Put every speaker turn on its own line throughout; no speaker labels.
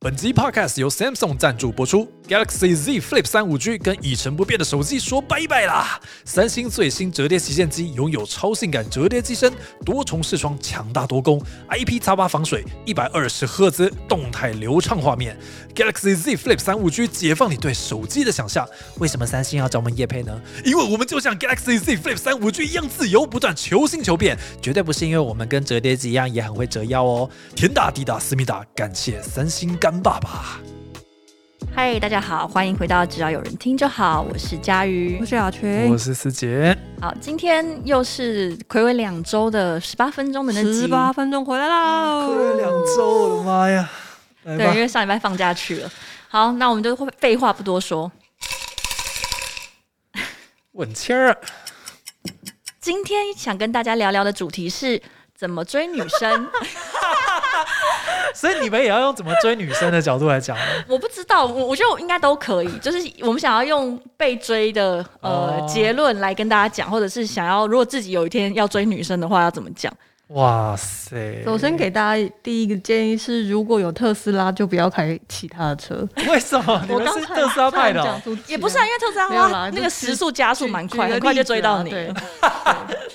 本集 Podcast 由 Samsung 赞助播出。Galaxy Z Flip 三五 G 跟一成不变的手机说拜拜啦！三星最新折叠旗舰机拥有超性感折叠机身、多重视窗、强大多功、IP x8 防水、一百二十赫兹动态流畅画面。Galaxy Z Flip 三五 G 解放你对手机的想象。为什么三星要找我们夜配呢？因为我们就像 Galaxy Z Flip 三五 G 一样自由，不断求新求变，绝对不是因为我们跟折叠机一样也很会折腰哦。天大地大思密达，感谢三星干爸爸。
嗨，大家好，欢迎回到只要有人听就好，我是佳瑜
我。是雅群，
是思杰，
好，今天又是暌违两周的十八分钟的那集，
十八分钟回来啦！
了哦两周，我的妈呀！来
对，因
吧，
为上礼拜放假去了。好，那我们就废话不多说，
稳签儿。
今天想跟大家聊聊的主题是怎么追女 生。
所以你们也要用怎么追女生的角度来讲吗，
我不知道，我我觉得我应该都可以，就是我们想要用被追的呃、
哦
结论来跟大家讲，或者是想要如果自己有一天要追女生的话要怎么讲。
哇塞！
首先给大家第一个建议是，如果有特斯拉，就不要开其他的车。
为什么你
我
们
刚
是特斯拉派的
差
哦
点讲？出
也不是啊，因为特斯拉
没有啦
它那
就
个
是
时速加速蛮快，
举
很快就
举个例子
追到
啊
你了。
对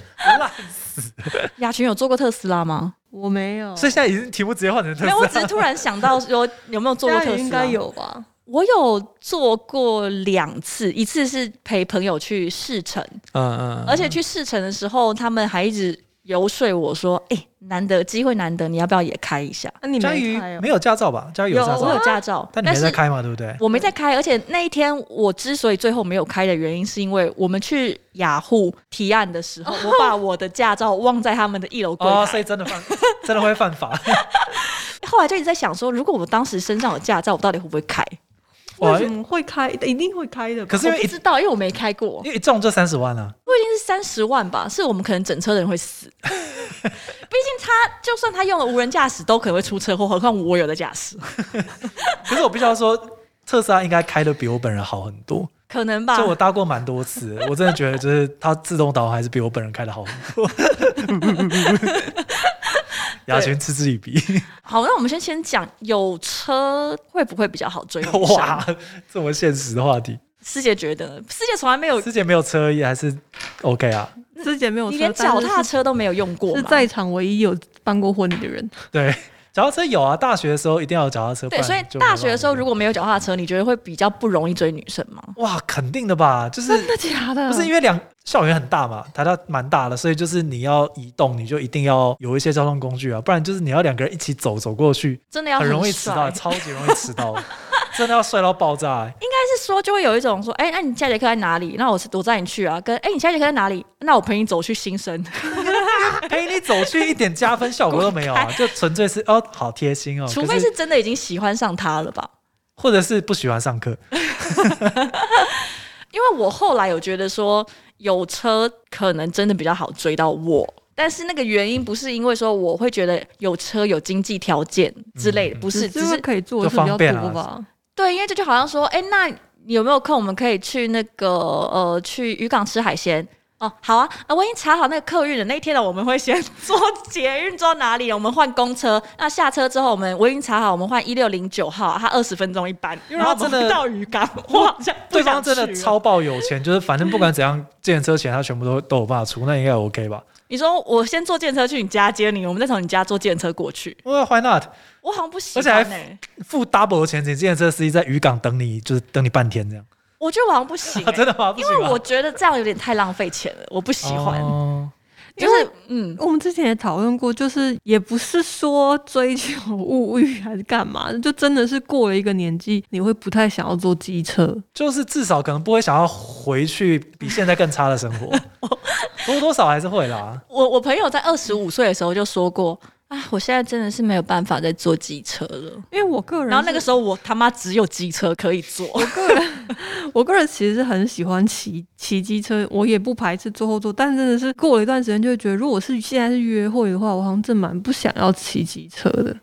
雅群有坐过特斯拉吗？
我没有，
所以现在已经题目直接换成 特
没有，我
斯
只
拉
是突然想到说有没有坐过
家
特斯
里
拉？
应该。有吧？
我有坐过两次，一次是陪朋友去试乘，
嗯嗯
而且去试乘的时候，他们还一直游说我说：“哎、难得机会难得，你要不要也开一下
那你
佳
没
瑜
开哦
没？有驾照吧？佳瑜有驾
我有
照，
驾照，
但你没在
是
开嘛，对不对？
我没在开。而且那一天我之所以最后没有开的原因，是因为我们去雅虎提案的时候，我把我的驾照忘在他们的一楼柜台。
哦，所以真的犯， 真的会犯法。
后来就一直在想说，如果我当时身上有驾照，我到底会不会开？
哇
为什么会开？一定会开的吧。
可是因
我
为
不
一
知道，因为我没开过，
因为一中就三十万啊了，
不一定是三十万吧，是我们可能整车的人会死。 毕竟他就算他用了无人驾驶，都可能会出车祸，何况我有在驾驶，
可是我必须要说。特斯拉应该开的比我本人好很多，
可能吧
就。我搭过蛮多次，我真的觉得就是它自动导航还是比我本人开的好很 多。雅群嗤之以鼻，
好，那我们先先讲有车会不会比较好追女
哇
生？，
这么现实的话题，
师姐觉得呢，师姐从来没有，
之前没有车也还是 OK 啊，
之前没有车，
你连脚踏
但是
车都没有用过
是
嘛？
在场唯一有办过婚礼的人。
对，脚踏车有啊，大学的时候一定要有脚踏车。
对，
不然
所以
就没办法
大学的时候
用
如果没有脚踏车，你觉得会比较不容易追女生吗？
哇，肯定的吧，就是
真的假的？
不
嗯
是因
为
为两校园很大嘛，台大蛮大的，所以就是你要移动，你就一定要有一些交通工具啊，不然就是你要两个人一起走走过去，
真的要
很容易迟
帅
到，超级容易迟到， 真的要帅到爆炸、欸。
但是说就会有一种说，哎、那你下节课在哪里？那我是我载你去啊。跟哎、你下节课在哪里？那我陪你走去新生。
哎陪你走去一点加分效果都没有 啊，就纯粹是哦，好贴心哦。
除
可
非是真的已经喜欢上他了吧？
或者是不喜欢上课，
因为我后来有觉得说，有车可能真的比较好追到我。但是那个原因不是因为说我会觉得有车有经济条件之类
嗯
的，不是，只
只是
是
可以做的事
就方
比较
便啊
多吧？
对，因为这就好像说，哎、那你有没有空？我们可以去那个呃，去渔港吃海鲜。哦，好啊，啊，我已经查好那个客运了。那一天呢，我们会先 坐捷运坐到哪里？我们换公车。那下车之后，我们我已经查好，我们换一六零九号，啊它二十分钟一班。
因为
然后
他
我
真
们
的
到渔 港，我好像不
对方
想
真的
去了
超爆有钱，就是反正不管怎样，建车钱他全部都都有办法出，那应该 OK 吧？
你说我先坐电车去你家接你，我们再从你家坐电车过去。
哇，Why not？
我好像不喜
而且还
欢哎、
付 double 的钱，请建车司机在渔港等你，就是等你半天这样。
我觉得我好像不行、
啊，
欸，
真的吗？不
因
行
为
吗
我觉得这样有点太浪费钱了，我不喜欢。
哦
就是嗯，
我们之前也讨论过，就是也不是说追求物欲还是干嘛，就真的是过了一个年纪，你会不太想要坐机车。
就是至少可能不会想要回去比现在更差的生活，多多少还是会啦。
我我朋友在二十五岁的时候就说过。啊！我现在真的是没有办法再坐机车了。
因为我个人，
然后那个时候我他妈只有机车可以坐，
我个人其实是很喜欢骑骑机车，我也不排斥坐后座，但真的是过了一段时间就会觉得，如果是现在是约会的话，我好像真蛮不想要骑机车的。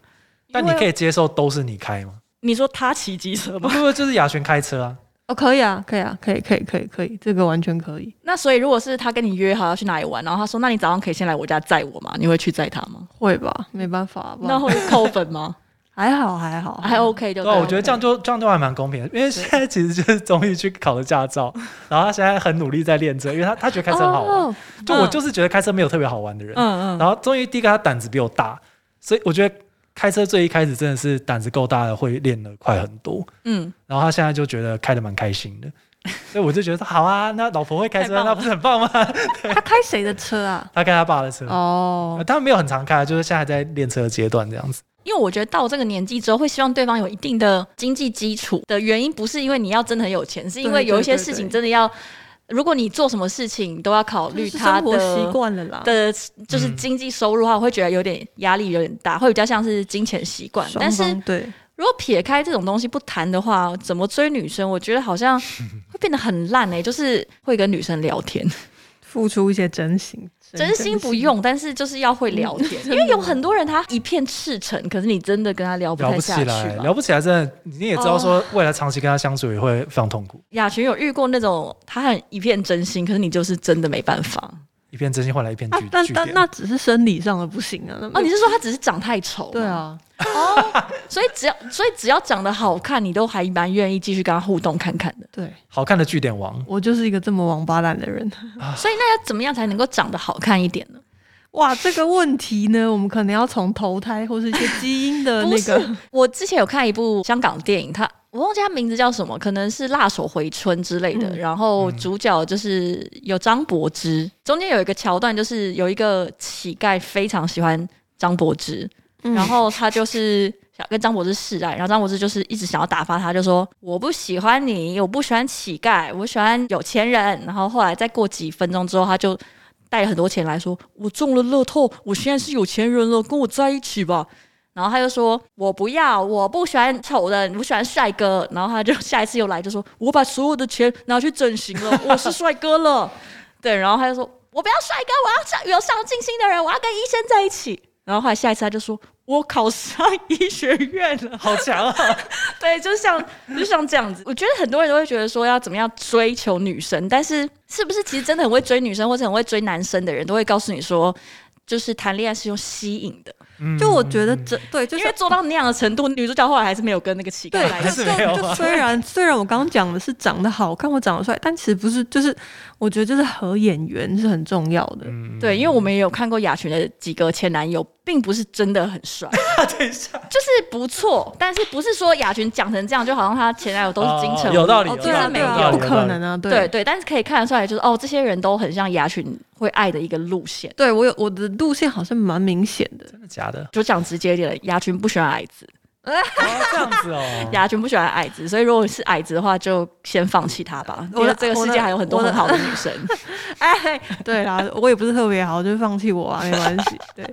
但你可
以
以接受都是你开吗？
你说他骑机车
不
吗？
不不，就是雅璇开车啊。
哦，可以啊，可以啊，可以，可以，可以，可以，这个完全可以，
那所以如果是他跟你约好要去哪里玩，然后他说那你早上可以先来我家载我吗？你会去载他吗？
会吧？没办法吧？
那会扣分吗？
还好还好，
还 OK 就
对、啊，我觉得这样
OK
就这样就还蛮公平的，因为现在其实就是终于去考了驾照，然后他现在很努力在练车，因为他他觉得开车很好啊玩。
哦
就我
嗯
就是觉得开车没有特别好玩的人，
嗯嗯，
然后终于第一个他胆子比我大，所以我觉得开车最一开始真的是胆子够大的会练得快很多。
嗯，
然后他现在就觉得开得蛮开心的，所以我就觉得好啊，那老婆会开车
太棒了
那不是很棒吗？
他开谁的车啊？
他开他爸的车，
哦
呃，他没有很常开，就是现在还在练车阶段这样子。
因为我觉得到这个年纪之后，会希望对方有一定的经济基础的原因，不是因为你要真的很有钱，是因为
对对
有一些事
对对
情真的要，如果你做什么事情都要考虑
就是
他
生活
的
习惯了啦。
的，就是
嗯
经济收入的话，我会觉得有点压力有点大，会比较像是金钱习惯。
双
但是
方对，
如果撇开这种东西不谈的话，怎么追女生？我觉得 好像会变得很烂哎、就是会跟女生聊 天，
付出一些真心，
真心不用，但是就是要会聊 天，因为有很多人他一片赤诚，可是你真的跟他聊哦不
聊
太
不
下
起
去
来，
了。
聊不起来，真的你也知道说未来长期跟他相处也会非常痛苦，
雅群有遇过那种他很一片真心，可是你就是真的没 办法
一片真心换来一片
啊
据。
但
据
但
点
那只是生理上的不行啊。那
哦？你是说他只是长太丑？
对，啊，
所以只要所以只要长得好看，你都还蛮愿意继续跟他互动看看的。
对
好看的据点 王，
我就是一个这么王八蛋的 人。
所以那要怎么样才能够长得好看一点呢？
哇，这个问题呢，我们可能要从投胎或是一些基因的
不
那
是
个，
我之前有看一部香港电影，它我忘记它名字叫什么，可能是《辣手回春》之类的。
嗯
然后
嗯
主角就是有张柏芝，中间有一个桥段，就是有一个乞丐非常喜欢张柏芝，然后他就是想跟张柏芝示爱，然后张柏芝就是一直想要打发他，就说我不喜欢你，我不喜欢乞丐，我喜欢有钱人。然后后来再过几分钟之后，他就带很多钱来说，我中了乐透，我现在是有钱人了，跟我在一起吧。然后他就说：“我不要，我不喜欢丑的，我喜欢帅哥。”然后他就下一次又来，就说：“我把所有的钱拿去整形了，我是帅哥 了。”对，然后他就说：“我不要帅哥，我要上有上进心的人，我要跟医生在一起。”然后后来下一次他就说：“我考上医学院了。
好强啊！”
对，就像就像这样子，我觉得很多人都会觉得说啊要怎么样追求女生，但是是不是其实真的很会追女生或者很会追男生的人都会告诉你说，就是谈恋爱是用吸引的。
嗯
就我觉得这对，就
因
是
为做到那样的程度，女主角后来还是没有跟那个乞丐
对，
在一
还
起。
是
就
没有啊
就
吗
就虽然虽然我刚刚讲的是长得好看或长得帅，但其实不是，就是我觉得就是合眼缘是很重要的。
嗯
对，因为我们也有看过雅群的几个前男友，并不是真的很帅，
等一下，
就是不错，但是不是说雅群讲成这样，就好像她前男友都是金城武、
哦有道理
哦
有
真
道
的
理
没
对啊，
有道理
不可能啊，对
对对，但是可以看得出来，就是哦，这些人都很像雅群会爱的一个路线。
对我有我的路线好像蛮明显的，
真的假的？
就讲直接一点了，雅群不喜欢矮子，，
哦这样子哦
雅群不喜欢矮子，所以如果是矮子的话，就先放弃他吧。因
我的
为这个世界还有很多
我的
很好的女生。
哎，对啦，我也不是特别好，就是放弃我啊，没关系。对，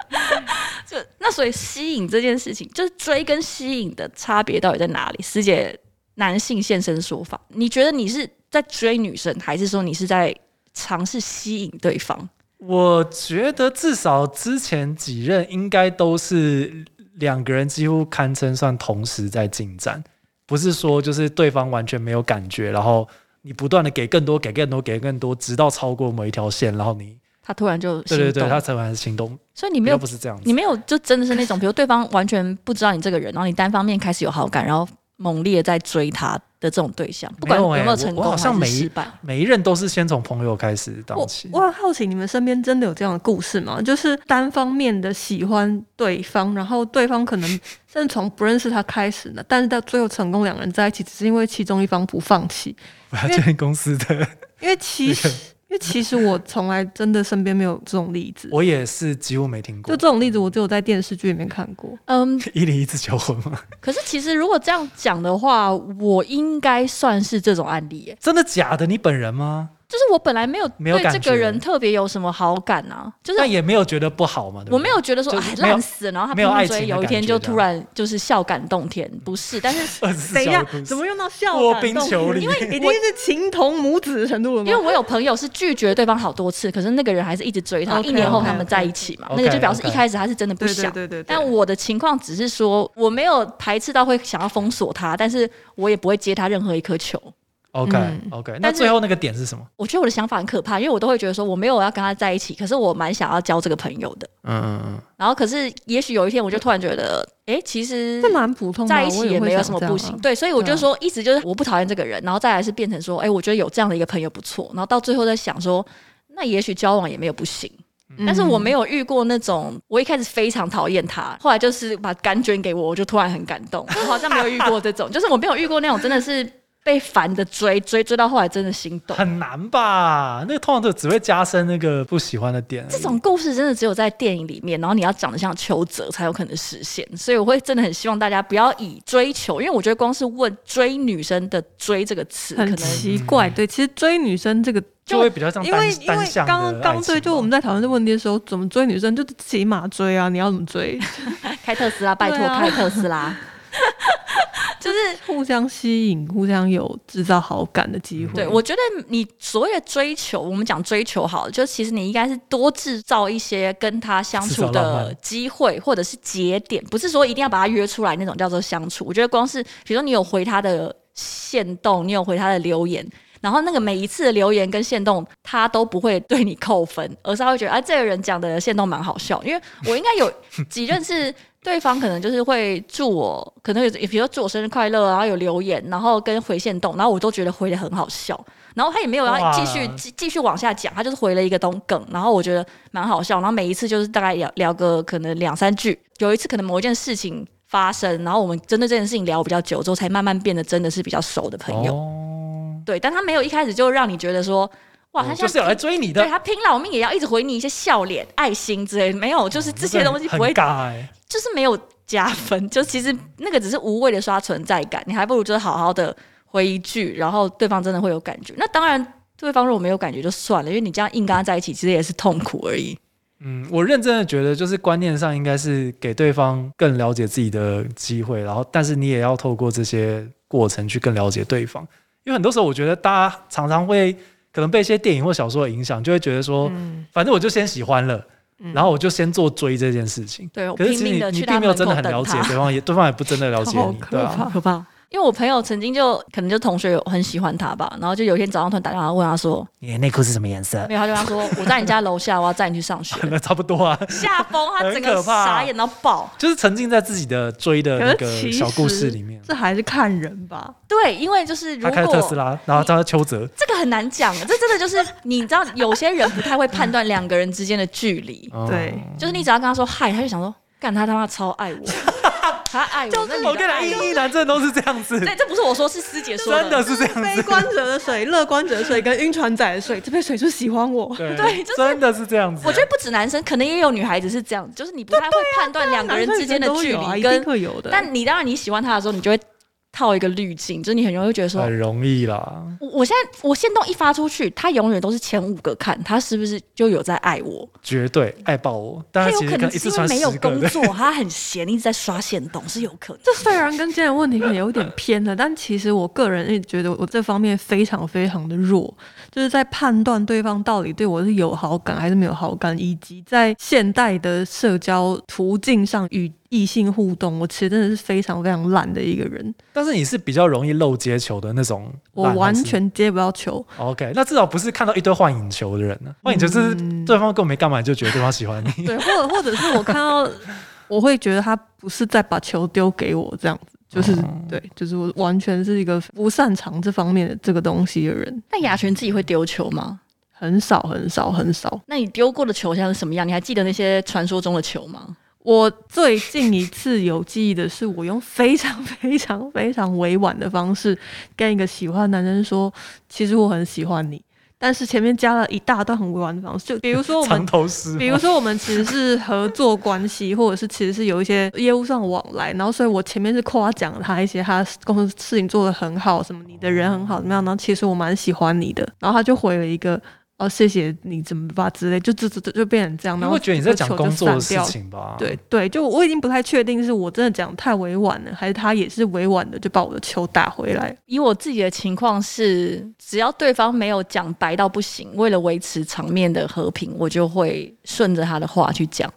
就那所以吸引这件事情，就是追跟吸引的差别到底在哪里？师姐，男性现身说法，你觉得你是在追女生，还是说你是在尝试吸引对方？
我觉得至少之前几任应该都是两个人几乎堪称算同时在进展，不是说就是对方完全没有感觉，然后你不断的给更多、给更多、给更多，直到超过某一条线，然后你
他突然就
对对对，
心动
他才完是心动，
所以你
比
没
较
有
不，是这样子。
你没有就真的是那种，比如对方完全不知道你这个人，然后你单方面开始有好感，然后猛烈在追他的这种对象，不管
没
有
有欸
没有成
我我
功
好像
还
没
是失败，
每一任都是先从朋友开始当
我
起，
我很好奇，你们身边真的有这样的故事吗？就是单方面的喜欢对方，然后对方可能甚至从不认识他开始呢，但是到最后成功两个人在一起，只是因为其中一方不放弃。
我要建公司的，
因为其实，因为其实我从来真的身边没有这种例子，
我也是几乎没听
就
过
这。种例子我只有在电视剧里面看过。
嗯，
一零一次求婚吗？
可是其实如果这样讲的话，我应该算是这种案例耶。
真的假的？你本人吗？
就是我本来没有
没有
对
感
这
觉
个人特别有什么好感啊，就是
但也没有觉得不好嘛。对不对
我没有觉得说
就
哎
是没有
烂死了，然后他
没有
拼命
爱
追，
情的
有一
感
天
觉
就
这样
突然就是笑感动天，不是，但是
二十四
等一下
小时的故，事
怎么用到笑啊
卧
感
冰
动
求鲤
因为 已经是情同母子的程度了
因为
吗？
我有朋友是拒绝对方好多次，可是那个人还是一直追他，
OK，
一年后
OK，
他们在一起嘛，
OK，
那个就表示
OK
一开始他是真的不
对对
想。
对对对，
但我的情况只是说，我没有排斥到会想要封锁他，但是我也不会接他任何一颗球。
OK
嗯
OK，那
但是
最后那个点是什么？
我觉得我的想法很可怕，因为我都会觉得说我没有要跟他在一起，可是我蛮想要交这个朋友的。
嗯嗯嗯。
然后可是也许有一天我就突然觉得，
嗯
哎、其实
这蛮普通的啊，
在一起
我
也
会
没有
想
什么
这样
不
啊
行。对，所以我就说，一直就是我不讨厌这个人，然后再来是变成说，哎、我觉得有这样的一个朋友不错，然后到最后再想说，那也许交往也没有不行。但是
嗯
嗯
我没有遇过那种，我一开始非常讨厌他，后来就是把肝捐给我，我就突然很感动。我好像没有遇过这种，就是我没有遇过那种真的是被烦的追追追到后来真的心动。
很难吧？那个通常都只会加深那个不喜欢的点而已。
这种故事真的只有在电影里面，然后你要长得像邱泽才有可能实现。所以我会真的很希望大家不要以追求，因为我觉得光是问追女生的“追”这个词，可
很
能
奇怪，
嗯
对，其实追女生这个，
就会比较像
因为
单
因
单
为
向的
刚刚追，
爱情
就我们
吧
在讨论这个问题的时候，怎么追女生就是骑马追啊，你要怎么 追？
开特斯拉，拜托、
对啊
开特斯拉，就是。
互相吸引，互相有制造好感的机会。
对，
嗯
我觉得你所谓的追求，我们讲追求好了，就其实你应该是多制造一些跟他相
制
处
造浪
的
漫
机会或者是节点，不是说一定要把他约出来那种叫做相处。我觉得光是比如说你有回他的线动，你有回他的留言。然后那个每一次的留言跟线动，他都不会对你扣分，而是他会觉得，哎、这个人讲的线动蛮好笑。因为 我应该有几任是对方可能就是会祝我，可能有比如说祝我生日快乐，然后有留言，然后跟回线动，然后我都觉得回的很好笑，然后他也没有要
哇
继续继继续往下讲，他就是回了一个东梗，然后我觉得蛮好笑，然后每一次就是大概聊聊个可能两三句，有一次可能某一件事情发生，然后我们针对这件事情聊比较久之后，才慢慢变得真的是比较熟的朋友，
哦，
对，但他没有一开始就让你觉得说。哇，
我
他
哦就
像
是有来追你
对
的，
他拼老命也要一直回你一些笑脸、爱心之类的，没有，就是这些东西不
哦很
会，
尬哎。
就是没有加分， 就其实那个只是无谓的刷存在感，你还不如就是好好的回一句，然后对方真的会有感觉。那当然，对方如果没有感觉就算了，因为你这样硬跟他在一起，其实也是痛苦而已。
嗯，我认真的觉得，就是观念上应该是给对方更了解自己的机会，然后但是你也要透过这些过程去更了解对方，因为很多时候我觉得大家常常会可能被一些电影或小说的影响，就会觉得说，
嗯
反正我就先喜欢了，然后我就先做追这件事情。
对，我
可是其
拼
实
命
你
的
你
去
并
他
没有
门
真的
口
很了
等
解对
他。
方，也对方也不真的了解
好
你，对
可怕，
啊，
可怕！
因为我朋友曾经就可能就同学有很喜欢他吧，然后就有一天早上突然打电话问他说，
你的内裤是什么颜色？
没有，他就跟他说我在你家楼下，我要载你去上学。
那差不多啊，
吓疯，他整
很
个
可怕
傻眼到爆。
就是沉浸在自己的追的那
可是
个
其
小故事
实
里面。
这还是看人吧。
对，因为就是如
他开特斯
果
拉，然后他邱泽，
这个很难讲，这真的就是你知道，有些人不太会判断两个人之间的距离，
哦
对
就是你只要跟他说嗨，他就想说干他他妈超 爱我，他爱我，那你
我跟你
的
讲，
爱
一一男真的都是这样子，
对，这不是我说，是师姐说
真的是这样
悲
子，
观者的水，乐观者的水，跟晕船仔的水，这杯水就喜欢我。
对
对就是
真的是这样子。
我觉得不止男生，可能也有女孩子是这样，就是你不太会判断两个人之间的距
男生女生都有啊一
离
定
跟，
会有的。
但你当然你喜欢他的时候，你就会套一个滤镜，就是你很容易会觉得说，
很容易啦，
我我现在我现动一发出去，他永远都是前五个看，他是不是就有在爱我？
绝对爱爆我。但
他
他
有
其实
可能
一
是
次
因为
穿
没
十
有
个
工
的，
作，他很闲，一直在刷线动是有可能。
这虽然跟今天的问题可能有点偏了，但其实我个人也觉得我这方面非常非常的弱，就是在判断对方到底对我是有好感还是没有好感，以及在现代的社交途径上与异性互动，我其实真的是非常非常懒的一个人，
但是你是比较容易漏接球的那种
我
烂汉子，
完全接不到球。
OK。那至少不是看到一堆幻影球的人呢，幻影球就是
嗯
对方根本没干嘛，你就觉得对方喜欢你。
对，或者或者是我看到，我会觉得他不是在把球丢给我这样子，就是、对，就是我完全是一个不擅长这方面的这个东西的人，
但雅璇自己会丢球吗？
很少很少很少。
那你丢过的球像是什么样？你还记得那些传说中的球吗？
我最近一次有记忆的是，我用非常非常非常委婉的方式跟一个喜欢的男生说，其实我很喜欢你，但是前面加了一大段很委婉的方式，就比如说我们
藏头诗吗，
比如说，我们其实是合作关系，或者是其实是有一些业务上往来，然后所以我前面是夸奖他一些他公司事情做得很好，什么你的人很好怎么样，然后其实我蛮喜欢你的，然后他就回了一个哦谢谢你怎么吧之类，就这这这就变成这样，
你
然后
会觉得你在讲
球就
工作的
散
事
掉了
情吧？
对对，就我已经不太确定是我真的讲得太委婉了，还是他也是委婉的就把我的球打回来。
以我自己的情况是，只要对方没有讲白到不行，为了维持场面的和平，我就会顺着他的话去讲。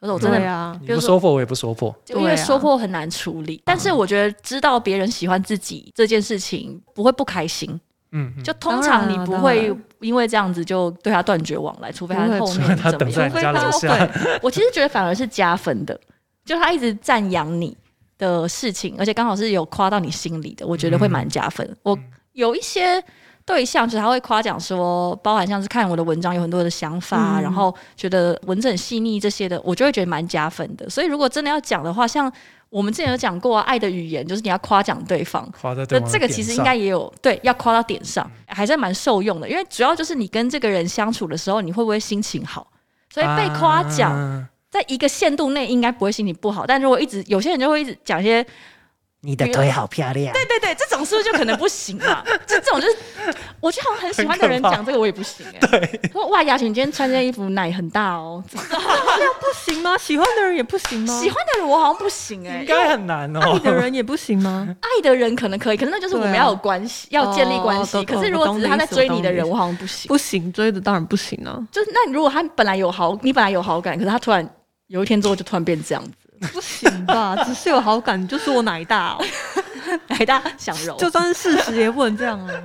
可是我真的
对啊，
你
比如
不
说
说破，我也不说破。
就因为
对啊
收获很难处理。但是我觉得知道别人喜欢自己这件事情不会不开心，
嗯，嗯
就通常你
当然啊
不会
当
因为这样子就对他断绝往来，除非他
不会
后
除
因为
面
他
怎么
等在
样
你。家楼
除非他
下，
我其实觉得反而是加分的，就他一直赞扬你的事情，而且刚好是有夸到你心里的，我觉
嗯
得会蛮加分。我有一些对象，就是他会夸奖说，包含像是看我的文章有很多的想法，
嗯
然后觉得文字很细腻这些的，我就会觉得蛮加分的。所以如果真的要讲的话，像我们之前有讲过、啊，爱的语言就是你要夸奖对方，
花在对
那
方的
这个
点
其实应
上嗯
该也有对，要夸到点上，还是蛮受用的。因为主要就是你跟这个人相处的时候，你会不会心情好？所以被夸奖，
啊
在一个限度内应该不会心情不好。但如果一直有些人就会一直讲一些，
你的腿好漂亮。
对对对，这种是不是就可能不行啊？ 这这种就是，我就好像很喜欢的人
很可怕
讲这个我也不行哎、说哇，雅群，你今天穿这件衣服奶很大哦，
不行吗？喜欢的人也不行吗？
喜欢的人我好像不行哎、
应该很难
爱的
哦。
人也不行吗？
爱的人可能可以，可是那就是我们
对啊
要有关系，要建立关系。
哦懂
可是如果只是他在追你的人，
懂懂
我好像不行。
不行，追的当然不行啊，
就是那如果他本来有好，你本来有好感，可是他突然有一天之后就突然变这样子，
不行吧？只是有好感，你就说我奶大哦，
哎，大家想揉，
就算是事实也不能这样啊。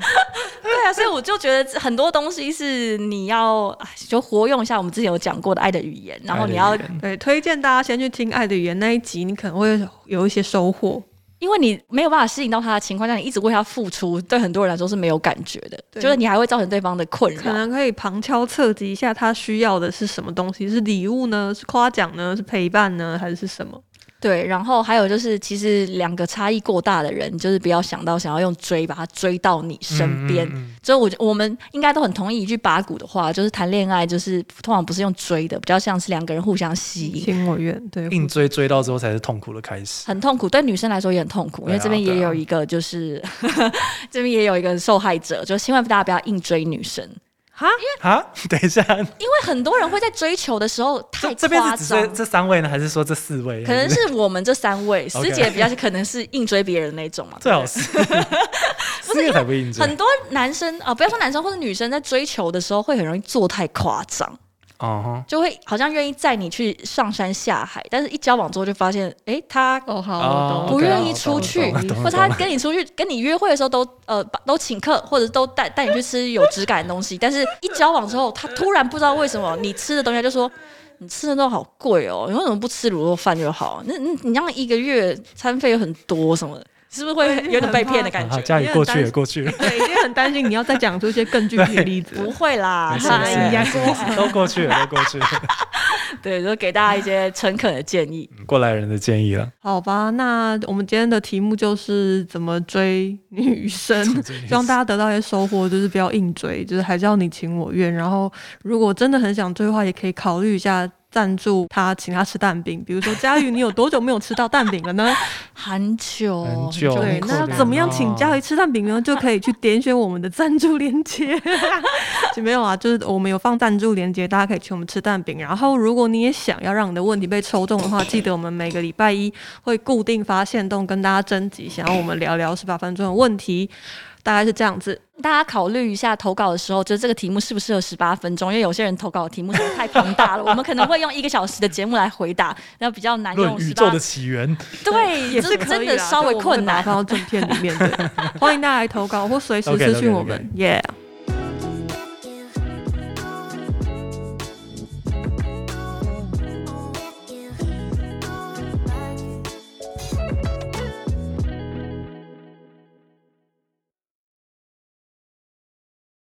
对啊，所以我就觉得很多东西是你要哎就活用一下我们之前有讲过的爱的语言，然后你要
爱的人
对，推荐大家先去听《爱的语言》那一集，你可能会有一些收获。
因为你没有办法吸引到他的情况下，你一直为他付出，对很多人来说是没有感觉的，
对
就是你还会造成对方的困
可
扰。
能可以旁敲侧击一下，他需要的是什么东西？是礼物呢？是夸奖呢？是陪伴呢？还是什么？
对，然后还有就是，其实两个差异过大的人，就是不要想到想要用追把他追到你身边。
嗯嗯嗯
所以我，我们应该都很同意一句八股的话，就是谈恋爱就是通常不是用追的，比较像是两个人互相吸引。
情我愿，对，
嗯硬追追到之后才是痛苦的开始。
很痛苦，对女生来说也很痛苦，因
对啊
为这边也
对啊
有一个就是， 这边也有一个受害者，就千万大家不要硬追女生，因
啊， 等一 下，
为很多人会在追求的时候太
这这边
夸
是只这
张，
这三位呢，还是说这四位？
可能是我们这三位
OK
师姐比较是可能是硬追别人那种嘛，
最好 是，四个才不硬追
很多男生啊、呃不要说男生或者女生在追求的时候会很容易做太夸张，
哦。
就会好像愿意载你去上山下海，但是一交往之后就发现，诶，他
哦，好，
哦
我懂
不
OK，
愿意
好
出去
懂了懂了懂，了
或者他跟你出去、跟你约会的时候都呃把都请客，或者都带带你去吃有质感的东西，但是一交往之后，他突然不知道为什么你吃的东西他就说。你吃的都好贵哦，你为什么不吃卤肉饭就好？那那你这样一个月餐费又很多什么的，是不是会有点被骗的感
好，
觉？
啊家里过去
因为很担
也过去 了，
对，已经很担心你要再讲出 一些更具体的例子了。
不会啦，
没事
他
没
哎呀
事没事， 都过去了，都过去 了。
对，就给大家一些诚恳的建议。
嗯过来人的建议了，
好吧，那我们今天的题目就是怎么追女生，希望大家得到一些收获，就是不要硬追，就是还是要你情我愿。然后，如果真的很想追的话，也可以考虑一下赞助他，请他吃蛋饼。比如说，佳宇，你有多久没有吃到蛋饼了呢？
很久
很久
很
对，
可
那
怜
要怎么样
哦
请佳宇吃蛋饼呢？就可以去点选我们的赞助链接。 就没有啊，就是我们有放赞助链接，大家可以请我们吃蛋饼。然后，如果你也想要让你的问题被抽中的话，记得我们每个礼拜一会固定发现动跟大家征集，想要我们聊聊十八分钟的问题，大概是这样子。
大家考虑一下投稿的时候，就是这个题目适不适合十八分钟，因为有些人投稿的题目实在太庞大了，我们可能会用一个小时的节目来回答，那比较难
论
用啊
宇
十
宙
八
的。起源，
对，
也是
这
可以
真的
啦
稍微
就我们会
困
把它
难。
放到正片里面。对，欢迎大家来投稿或随时
OK，OK，OK，OK
私讯我们。耶、